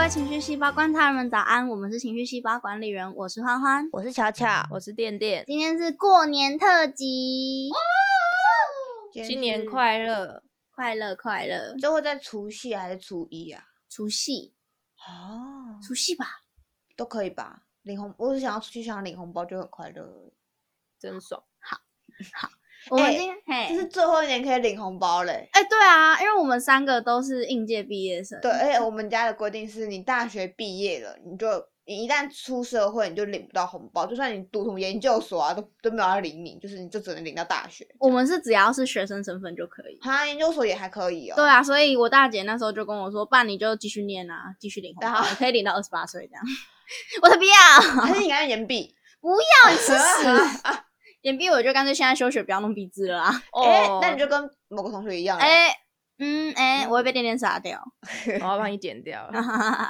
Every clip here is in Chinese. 位情绪细胞观察人们早安，我们是情绪细胞管理人，我是欢欢，我是巧巧，我是店店，今天是过年特辑，新年快乐！快乐快乐，最后在除夕还是初一啊？除夕哦，除夕吧，都可以吧？领红，我只想要出去想要领红包就很快乐了，真爽。 我们哎今天、嘿，这是最后一年可以领红包嘞。哎、对啊，因为我们三个都是应届毕业生，对，而且我们家的规定是你大学毕业了，你就你一旦出社会，你就领不到红包，就算你读什么研究所啊，都都没有要领你，就是你就只能领到大学。我们是只要是学生身份就可以。哈，研究所也还可以哦。对啊，所以我大姐那时候就跟我说：“爸，你就继续念啊，继续领红包然，后可以领到二十八岁这样。”我才不要， 还是你应该延毕。不要你吃 屎！眼逼我就干脆现在休学，不要弄鼻子了啊！哎、哦那你就跟某个同学一样。哎、哎、嗯，哎、我会被点点傻掉，我要帮你剪 掉了，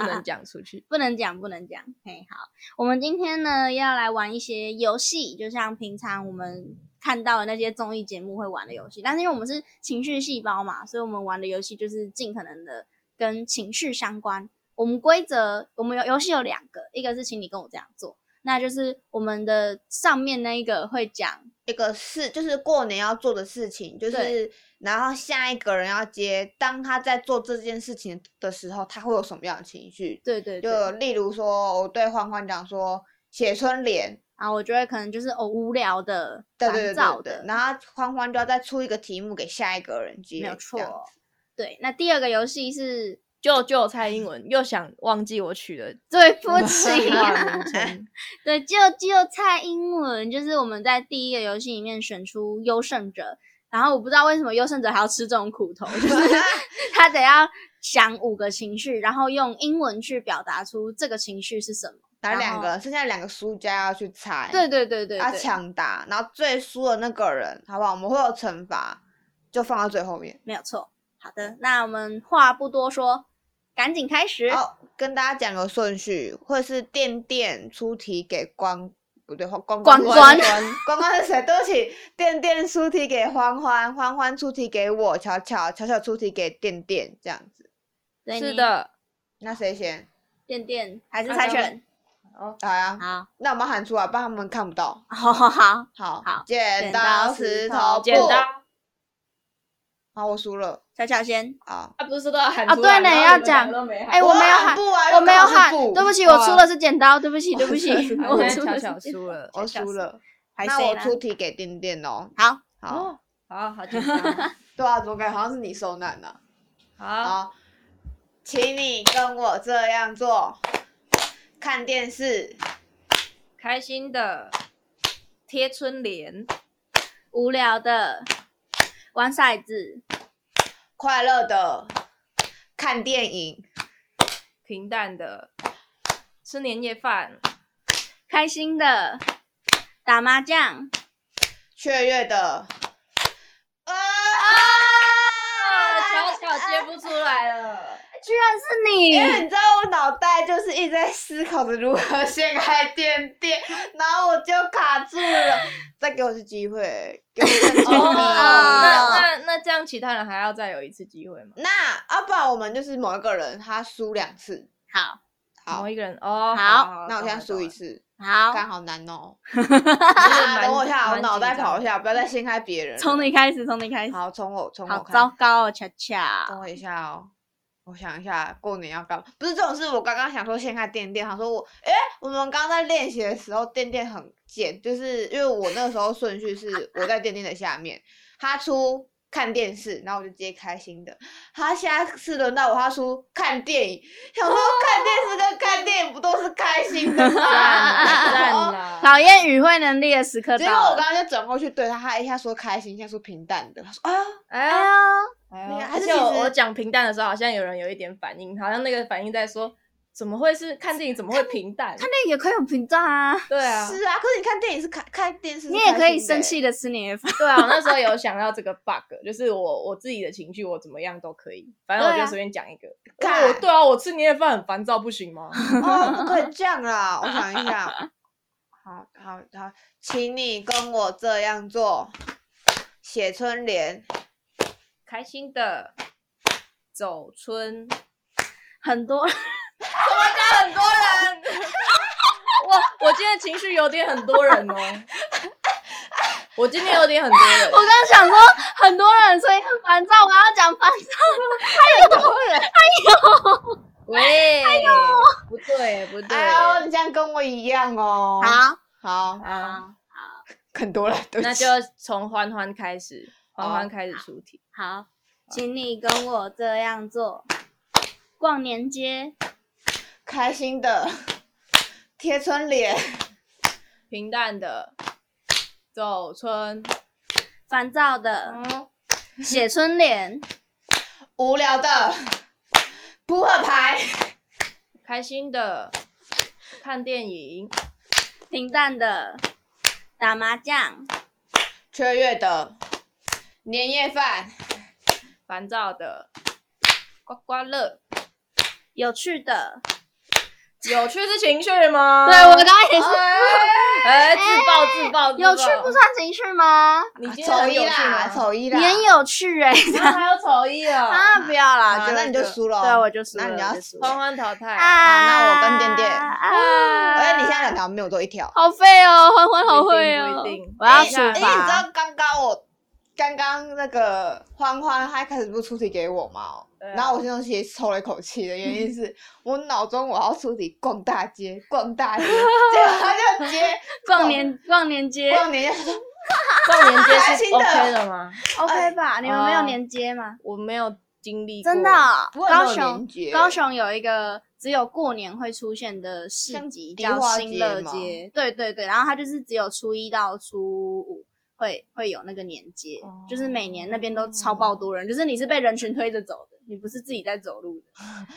不能讲出去。不能讲，不能讲。嘿，好，我们今天呢要来玩一些游戏，就像平常我们看到的那些综艺节目会玩的游戏，但是因为我们是情绪细胞嘛，所以我们玩的游戏就是尽可能的跟情绪相关。我们规则，我们游游戏有两个，一个是请你跟我这样做，那就是我们的上面那一个会讲，一个事就是过年要做的事情，就对是然后下一个人要接，当他在做这件事情的时候，他会有什么样的情绪？对对对，就例如说，我对欢欢讲说写春联，然后我就会可能就是哦无聊的、对对对烦躁对对的，，然后欢欢就要再出一个题目给下一个人接，没有这样 错。哦对，那第二个游戏是救救蔡英文，又想忘记我取 的对不起电，话名称， 对，就就蔡英文，就是我们在第一个游戏里面选出优胜者，然后我不知道为什么优胜者还要吃这种苦头，就是 他得要想五个情绪，然后用英文去表达出这个情绪是什么。然后然两个剩下两个输家要去猜，对，对对对要对，抢答，然后最输的那个人，好不好？我们会有惩罚，就放到最后面。没有错。好的，那我们话不多说，赶紧开始。好，跟大家讲个顺序，会是店店出题给关，不对，关关关关关关是谁？对不起，店店出题给欢欢，欢欢出题给我，巧巧巧巧出题给店店，这样子。所以是你，的。那谁先？电电还是大猜家拳？哦，好呀、好，那我们喊出来，不然他们看不到。好好好，好，好剪剪刀刀石石头头布。剪刀好，我输了小巧先。啊！啊，不是都要喊啊出来对呢然后要你们两讲个都没喊哎我没有喊喊布啊，我没有又刚好喊，是布对不起，我哇出的是剪刀，对不起，对不 起，好我现出在的巧是巧输了。我输。了。还那谁我呢出题给店店哦。好，好，，好好紧 张。对啊，怎么感觉好像是你受难啊呢、好，好，请你跟我这样做：看电视、开心的贴春联，无聊的玩骰子，快乐的看电影、平淡的吃年夜饭，开心的打麻将，雀跃的。啊啊，啊！巧巧接不出来了。居然是因为你！你知道我脑袋就是一直在思考着如何掀开电电，然后我就卡住了。再给我一次机 会，给我一次机会。 哦，啊那那那这样，其他人还要再有一次机会吗？那要、不然我们就是某一个人他输两次，好好某一个人哦，好那我现在输一 次，次，好，刚好难哦。蛮啊等我一下，我蛮脑袋紧跑张一下，不要再掀开别人了。从你开始，从你开始。好，从我从我好开糟始。糕哦，巧等巧。我一下哦，我想一下过年要干嘛？不是这种事，我刚刚想说掀开垫垫，想说我，诶，我们刚刚在练习的时候垫垫很贱，就是因为我那个时候顺序是我在垫垫的下面，他出。看电视，然后我就直接开心的。他下次轮到我，他出看电影，想说看电视跟看电影不都是开心 的吗？ 赞哦赞啦！考验语汇能力的时刻结果到我了。刚刚就转过去对他，哎他一下说开心，一下说平淡的。他说：“哎呀，哎哎呀呦，哎那个呀，还而是且其我实我讲平淡的时候，好像有人有一点反应，好像那个反应在说，怎么会是看电影，怎么会平淡？看那也可以有屏障啊，对啊，是啊，可是你看电影是看看电视是你开也心的欸，可以生气的吃年夜饭。对啊，我那时候有想到这个 bug，就是 我我自己的情绪，我怎么样都可以，反正我对啊就随便讲一个。因干为我对啊，我吃年夜饭很烦躁，不行 吗？哦，不可以这样啦！我想一下，好好好，请你跟我这样做：写春联、开心的走春， 很多，很多人。 我我今天情绪有点很多人哦，我今天有点很多人我。刚想说很多人，所以很烦躁。我要讲烦躁，很多人。喂，不对不对，哎呦，你这样跟我一样哦。好，好，啊，很多人，对不那起就从欢欢开始，欢欢开始出题。哦好，请你跟我这样做：逛年街， 开心的贴春联，平淡的走春，烦躁的嗯，写春联，无聊的扑克牌，开心的看电影，平淡的打麻将，雀跃的年夜饭，烦躁的刮刮乐。有趣的。有趣是情绪吗？哦对我刚刚也是，哎，自爆自爆，自爆有趣不算情绪吗？你今天丑很一有趣啦，吗？啊丑一啦，也有趣哎、啊还有丑一啊！ 啊，不要啦，啊那你就输了哦对，我就输了，那你我要就输死了欢欢淘汰，啊那我跟垫垫啊而且你现在两条没有做一条。好废哦，欢欢好不一会定哦不一定，我要哎处哎哎，你知罚。道刚刚我刚刚那个欢欢他一开始不是出题给我吗？对啊然后我先其实抽了一口气的原因是我脑中我要出题逛大街，逛大街，结果他就接逛年逛年街逛年夜饭，啊逛年街开是心的 OK 的吗？ ，OK 吧？你们没有哦年街吗？我没有经历过，真的哦，不过有没高有雄年街高雄有一个只有过年会出现的市像集，迪叫化新街乐吗街。对对对，然后它就是只有初一到初五。会会有那个年街，就是每年那边都超爆多哦人，就是你是被人群推着走的，你不是自己在走路的。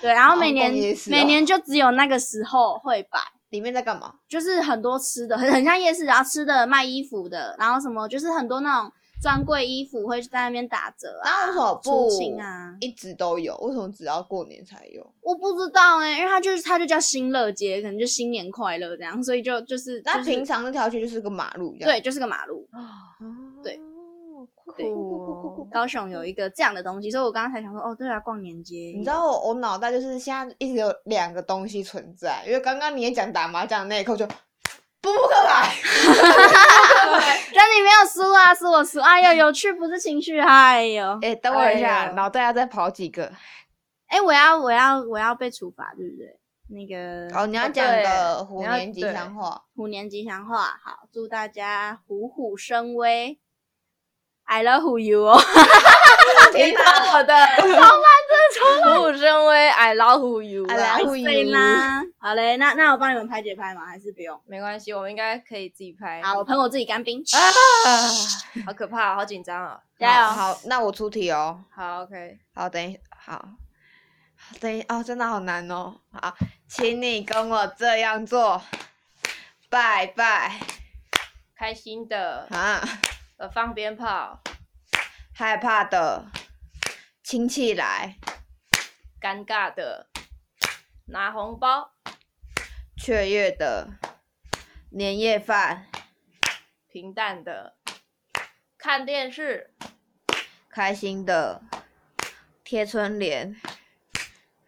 对，然后好每像年、逛夜市每哦年就只有那个时候会摆，里面在干嘛？就是很多吃的，很很像夜市，然后吃的、卖衣服的，然后什么就是很多那种专柜衣服会在那边打折然后为什啊么、出不清啊，一直都有？为什么只要过年才有？我不知道哎、因为它就是它就叫新乐街，可能就新年快乐这样，所以就就是那就是平常那条街就是个马路，这样对就是个马路。对哦酷对酷酷酷酷酷高雄有一个这样的东西，所以我刚刚才想说，哦，对啊，逛年街。你知道我我脑袋就是现在一直有两个东西存在，因为刚刚你也讲打麻将那一刻我就扑克牌，但你没有输啊，是我输。哎呦，有趣不是情绪，哎呦，哎、等我一下脑袋要再跑几个。哎、我要我要我要被处罚，对不对？那个哦，你要哦讲对个虎你要年吉对祥话，虎年吉祥话，好，祝大家虎虎生威。I love you 哦，听到我的， 虎虎生威，I love you 啦。I love 虎 you 对啦。好嘞，那那我帮你们拍节拍吗？还是不用？没关系，我们应该可以自己拍。好，我喷我自己干冰。啊好可怕，好紧张啊！加油好，好那我出题哦。好，OK，好，等一好，等一哦，真的好难哦。好，请你跟我这样做，拜拜开心的，啊！呃，放鞭炮，害怕的亲戚来，尴尬的，拿红包，雀跃的年夜饭，平淡的，看电视，开心的贴春联，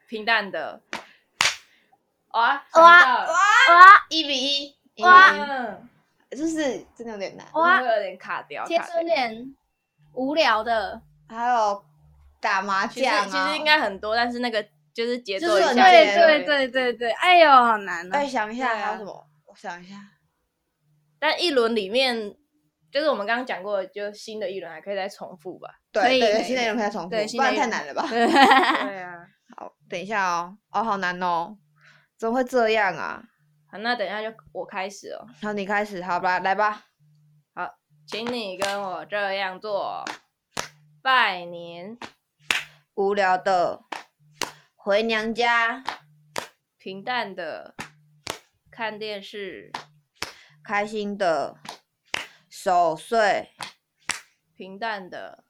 平淡的。哇哇哇哇一比一，一比哇一，就是真的有点难。哇哇，有点卡掉。贴卡掉春联，无聊的，还有打麻其实将、啊、其实应哦该很多，但是那个就是节奏就是一很下对简子对，单对对对，哎呦，好难哎，哦。想一下对啊还有什么？我想一下，但一轮里面，就是我们刚刚讲过的，就新的一轮还可以再重复吧。 可以对可对，以新内容开始重复，对新不然内太容难了吧？对啊，好，等一下哦，哦，好难哦，怎么会这样啊？好，那等一下就我开始哦，好，你开始，好吧，来吧。请你跟我这样做，拜年，无聊的，回娘家，平淡的看电视，开心的，守岁，平淡的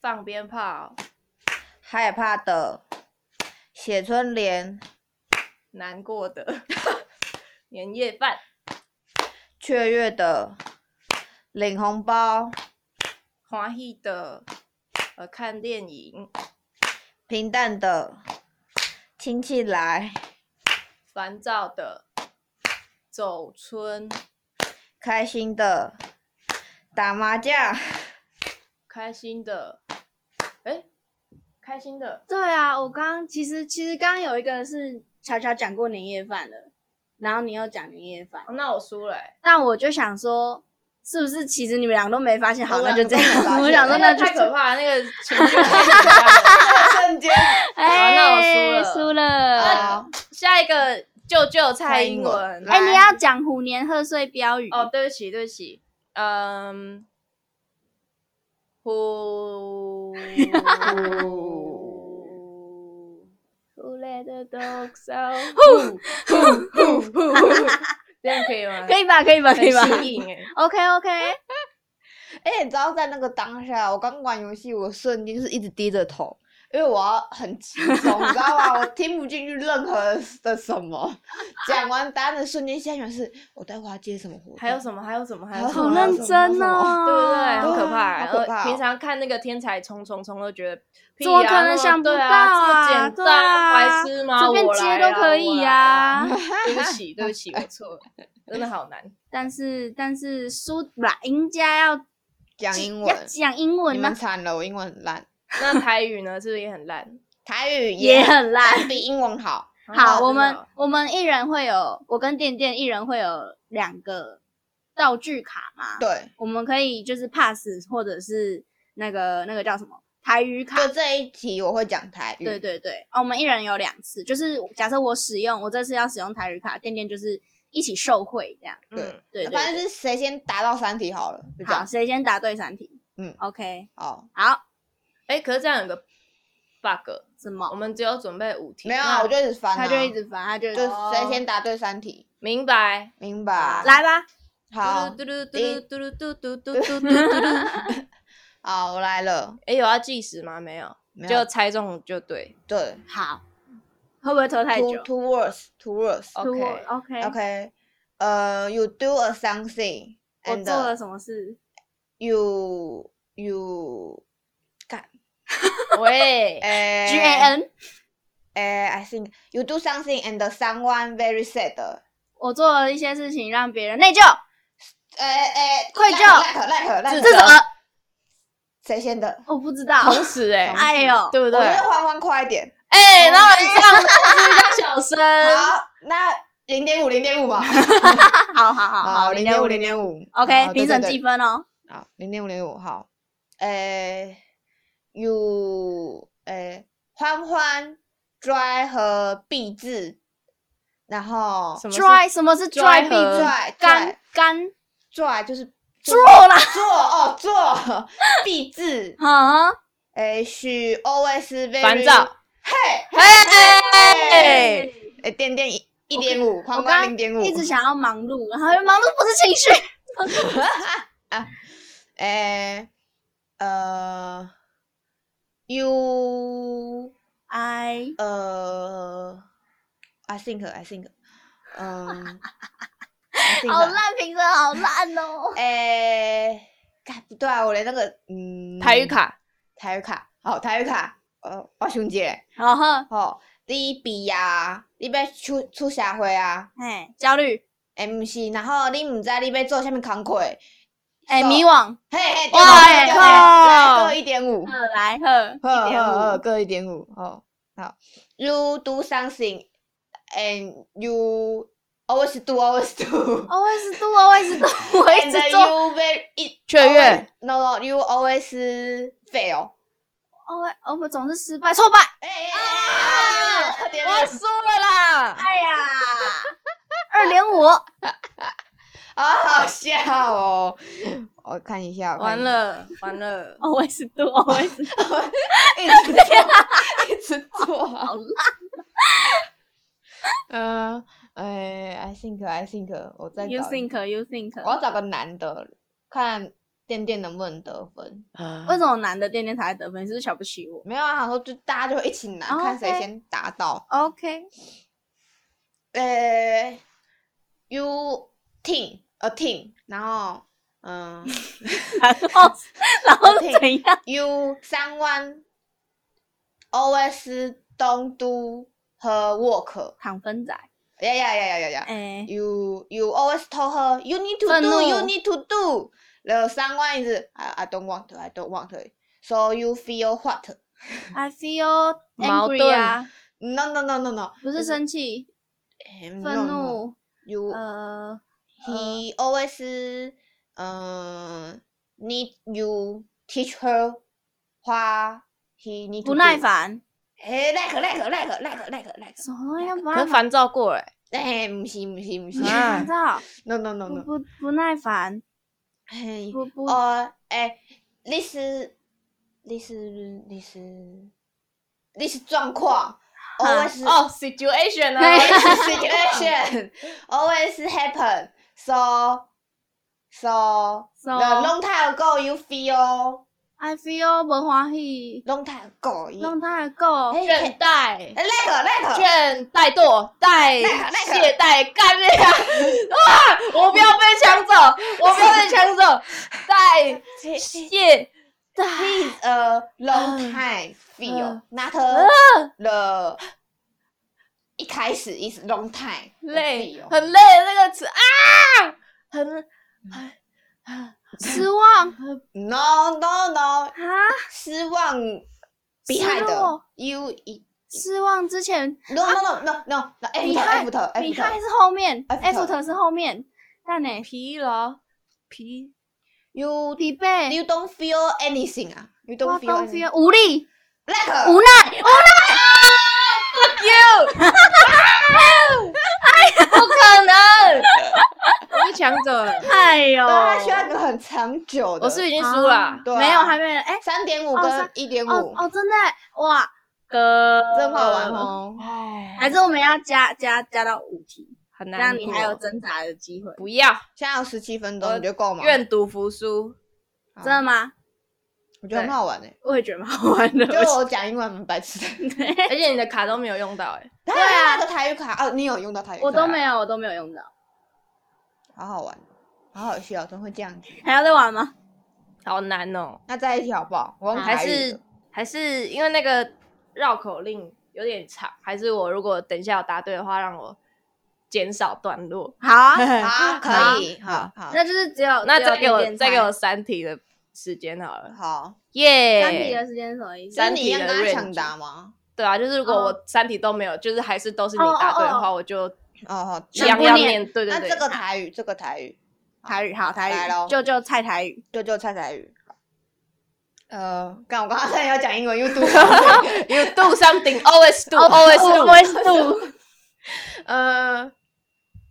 放鞭炮，害怕的，写春联，难 过的年夜饭，雀跃的，领红包，欢喜的呃看电影，平淡的，亲戚来，烦躁的走村，开心的打麻将， 开心的，哎，开心的，对啊，我刚刚其实其实刚刚有一个是巧巧讲过年夜饭的，然后你又讲年夜饭，哦那我输了欸，但我就想说，是不是其实你们俩都没发现？好，我那们就俩这都没发样。我想说，那现哎那就太这可怕了，那个情绪太可怕 了。瞬间啊哎，那我输输啊了。好下一个救救蔡蔡英英文文，哎，你来要讲虎年贺岁标语哦，对不起，对不起，嗯， 呼出来的都 呼呼呼呼呼， 这样可以吗？可以吧？可以吧？可以吧很新颖欸？OK OK，而哎且你知道，在那个当下，我刚玩游戏，我瞬间就是一直低着头，因为我要很集中，你知道吗？我听不进去任何的什么。讲完答案的瞬间，下一秒是我待会要接什么活动？还有什么？还有什么？还有好什好么？认真哦，对不对？不很可怕欸。好可怕呃哦平常看那个《天才冲冲冲》都觉得，屁啊怎么呀可能那么想不对到啊？这么啊简对单，啊白痴吗？随便我接来都啊可我以来啊啊。对不起，对不起，我错了，真的好难。但是但是输不啦，赢家要讲记英要文，啊讲英你文呢们，惨了，我英文很烂，那台语呢，是不是也很烂？台语也很烂。比英文 好。啊好，我真们的哦我们一人会有，我跟店店一人会有两个道具卡嘛，对，我们可以就是 pass 或者是那个那个叫什么台语卡就，这一题我会讲台语。对对对，哦，我们一人有两次，就是假设我使用，我这次要使用台语卡，店店就是一起受贿这样，对嗯对对反正对是谁先答到三题好了，就这好，样。谁先答对三题？嗯，OK，好，好，哎，可是这样有个 bug，什么？我们只有准备五题。没有那啊，我就一直翻啊，他就一直烦，他就就哦谁先答对三题，明白。明白？来吧，好，嘟噜嘟噜一嘟噜嘟噜嘟噜嘟噜嘟噜。好，我来了。哎，有要计时吗？没有，没有就猜中就对。 对好，会不会拖太，two 久 two words two words。哦 OK OK OK，呃，you do a something 我 and uh, 做了什么事？ you you 干喂，诶 G A N，诶，I think you do something and someone very sad。我做了一些事情让别人内疚，诶诶，愧疚 like like like，这怎么？谁先的？我不知道。同时哎，哎呦，对不我觉对？得欢欢快一点。哎，那你这样是叫小嗯声。好，那零点五零点五 吧。 好好好好，零点五0.5零点五。 OK，好评审。对对计对分哦。好，零点五零点五好，呃诶，you 诶，呃欢欢 dry 和 b 字，然后什么是 dry 什么是 dry dry 闭和嘴？ dry 干干 dry 就是做啦，做哦做呃 b 字，啊？诶，she always very 烦躁，嘿，哎，诶，点点一一点五，我欢刚欢刚零点五，一直想要忙碌，然后忙碌不是情绪。诶，呃，you。 I 呃，I think I think，嗯，I 好 think，啊烂，评审好烂 哦。诶，哎，不对啊，我连那个嗯，台语，卡，台语卡，好，台语卡，呃，我想一下，然后，吼，你毕业啊，你要出出社会啊，哎，焦虑，诶，毋是，然后你毋知你要做啥物工课，哎， So- 迷惘。嘿嘿，对哇对对对靠来各一点五，二来呵，呵一点呵呵，五。各一点五，哦，好，You do something and you always do always do。 Always do, always do，我哦一 And 直 then 做。 you very it 雀跃 always- No no, you always fail. 哦，我们总是失败、挫败。哎哎哎！点我输了啦。哎呀， 哦二点五，啊，好笑哦！我看一下，我看完一下，了，完了。我也是度，我也是一直做，一直做。好烂。嗯，哎，I think I think，我再找 You 一 think, 呃 you think。我要找个男的，看店店能不能得分。为什么男的天天才得分？是不是瞧不起 我没有啊，想说就大家就一起拿，哦看谁 OK 先达到。 ？OK，呃，you team a team，然后嗯然后哦然后怎样？ ，you someone always don't do her work，躺分仔，呀呀呀呀呀呀 哎、 ！You you always told her you need to 愤 do you 怒 need to do。然后三万一直 I I don't want to I don't want to。So you feel what? i feel 矛 angry 盾啊， No no no no no。不是生气、愤愤。怒， You 呃， he always 嗯 need you teach her what he need to 不耐 do。烦，哎，like like like like like like。什么东西叫不可是耐烦？烦躁过哎、哎，唔是唔是唔是。啊烦躁， No no no 不 no。不不耐烦，嘿。不不哦，哎，历史，历史，历史，历史状况，always 哦、s i t u a t i o n 对 啊， situation，always happen。So so So- the long time ago you feel ，I feel 不欢喜， long time ago you 弄太够，哎倦怠，哎那个那个倦怠惰，怠那个那个懈怠，干那 个啊！我不要被抢 走，我不要被抢 走，怠懈对， a long time feel not the 一开始 is long time 累， feel 很累嗯的那个词啊，很哎啊失望 no no no 啊，失望失 behind 落 you i- 失望之前 no no no no no no after after 你看哎 after 是后面 After ，after 是后面，但呢，疲劳，疲 you 疲惫， you don't feel anything 啊，you 我 don't feel don't feel anything 无力、 like 无奈， you，不可能，我被抢走了，哎呦，他 Oh，需要一个很长久的，我是不是已经输了啊。对啊没有，还没有，哎，三点五哦跟三一点哦五，哦，真的哇，哥，真好玩哦。哎，还是我们要加加加到五题，很这难样过，你还有挣扎的机会，不要现在有十七分我钟，你就够吗？愿赌服输，好真的吗？我觉得很好玩 诶，我也觉得蛮好玩的，就我讲英文蛮白痴的。而且你的卡都没有用到，哎，对 啊，那个台语卡哦，你有用到台语卡？我都没，有，我都没有用到，好好玩，好好笑，怎么会这样子？还要再玩吗？好难哦。那在一起好不好？我用啊台语还是的还是因为那个绕口令有点长，还是我如果等一下有答对的话，让我减少段落。好 啊，好好可以，好好那就是只有那只有再给我点点再给猜我三题的时间好了，好，耶、三题的时间是什么意思？就是三你一题样的跟他 range 抢答吗？对啊，就是如果哦我三题都没有，就是还是都是你答对的话，我就哦，好，一全样部要念念。对对那对，这个台语，这个台语，台语好，台来语咯就就蔡台语，就就蔡彩宇。呃，刚我刚刚 才要讲英文，又读 了。 you do something always do always do。 always do， 呃，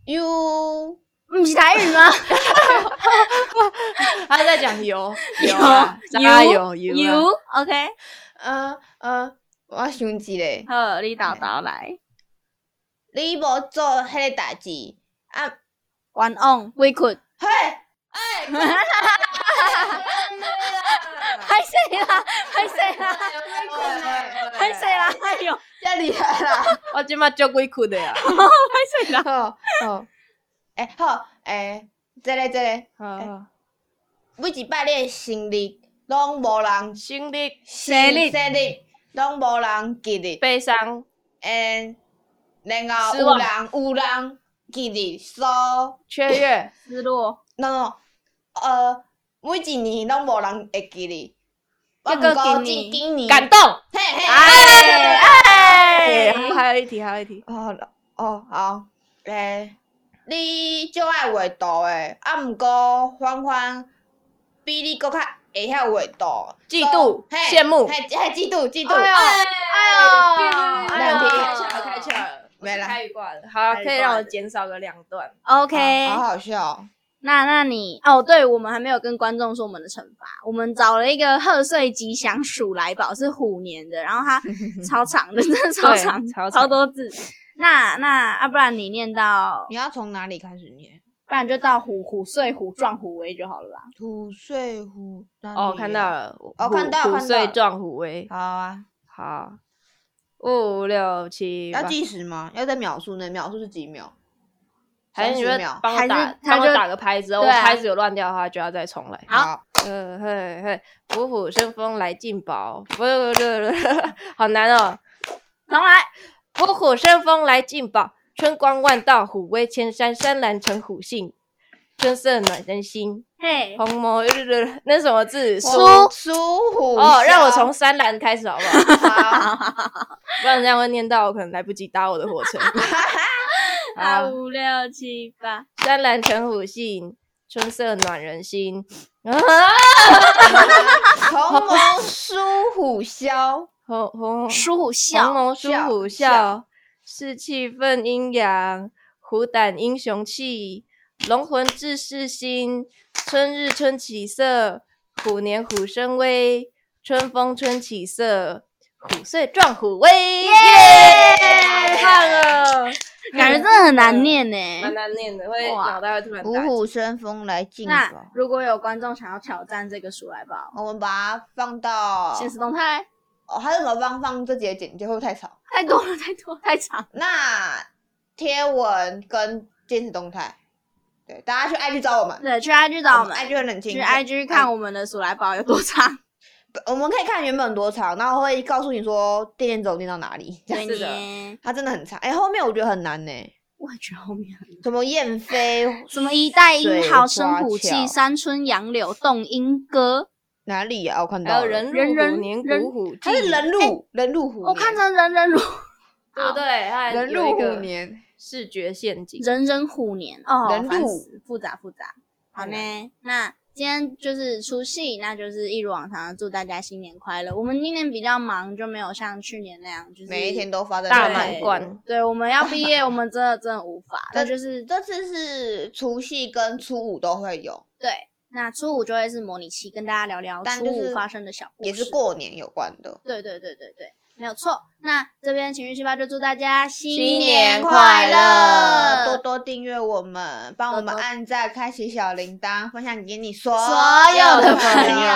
you 不是台语吗？他在讲油 有啊，加油油 you 啊 OK，呃呃，我想一个，好，你导导来你无做迄个代志，啊， ，one on，we could，嘿，拍谁啦？拍谁 啦？拍谁啦？哎呦，遮厉害啦！我今麦足鬼哭的啊呀！拍谁啦？好，好，诶、哎好，诶、这个这个，每一摆你的生日拢无人心力生日生日拢无人记得，悲伤，诶，然后失有望人有人记得，so 雀跃，失落， no no，呃，每一年拢无人会记得，我结果毋今过年今年感，动。嘿嘿，哎哎，哎还有一题，还有一题，哦哦好，诶、你少爱画图诶，啊，毋过欢欢比你搁较会晓画图，嫉妒 So，嘿羡慕嘿，嘿，嫉妒，嫉妒，啊哎哎呦，两题开窍了，开窍了，没了开语挂了。好啊，开语可以挂让我了减少个两段。 ，OK，好好笑哦，那那你哦，对我们还没有跟观众说我们的惩罚，我们找了一个贺岁吉祥鼠来宝是虎年的，然后 它超长的，真的超对长，超超长多字。那那啊，不然你念到，你要从哪里开始念？不然就到虎虎岁虎壮虎威就好了啦。土睡虎，哦，看到，了，嗯哦看到虎看虎岁到壮虎威。好啊，好，五六七要八，计时吗？要在秒数内，秒数是几秒？还是你30会秒？帮还我是打，他帮我就打个拍子哦。我对啊拍子有乱掉的话，就要再重来。好，呃嘿嘿，虎虎生风来进宝，不不不不，好难哦。重来，虎虎生风来进宝，春光万道虎威千山，山岚成虎杏，春色暖人心。嘿，红魔那什么字？书哦舒虎哦，让我啸从山岚开始好不好？ 好不然这样会念到我可能来不及搭我的火车。 啊，好，五六七八，山岚成虎杏，春色暖人心。 啊，鸿 蒙舒虎啸，红哦红舒虎红笑，眸舒笑虎笑啸，士气奋阴阳，虎胆英雄气，龙魂志士心。春日春起色，虎年虎生威，春风春起色，虎岁壮虎威。耶，太棒了！感觉真的很嗯难念呢。蛮难念的，会哇脑袋会突然虎打结虎生风来进宝那。如果有观众想要挑战这个数来哦宝，我们把它放到现实动态哦，还有什么方放这节简介会不会太少？太多了，太多太长。那贴文跟坚持动态，对，大家去 IG 找我们，对，去 IG 找我哦们， ，IG 很冷清，去 IG 看我们的数来宝有多长。 我们可以看原本多长，然后会告诉你说电电走电到哪里，这对样是的呢，它真的很长，哎、后面我觉得很难呢、我也觉得后面很什么燕飞，什么一代樱水桃花生虎气，俏三春杨柳动莺歌。哪里呀、啊？我看到还有了人人入人虎年人古虎它是进人入人入虎年，哎我看成人人 如对不对？它人有入一虎个年，视觉陷 阱。人人虎年哦，人烦入死复杂复杂。好嗯呢，那今天就是除夕，那就是一如往常地祝大家新年快乐。我们今年比较忙，就没有像去年那样，就是每一天。都发在大那满里贯，对，我们要毕业，我们真的真的无 法。那但就是这次是除夕跟初五都会有，对，那初五就会是模拟期，跟大家聊聊但初就是五发生的小故事。也是过年有关的。对对对对对，没有错。那这边情绪细胞就祝大家新年新年快快乐，乐多多订阅我们，帮我们按赞、开启小铃铛，分享给你所所有的朋朋友友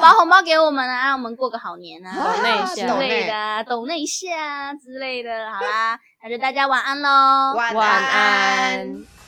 包红包给我们啊，让我们过个好年啊，抖内一下之抖类的啊，抖内一下啊之类的。好啦，那就大家晚安喽，晚晚安。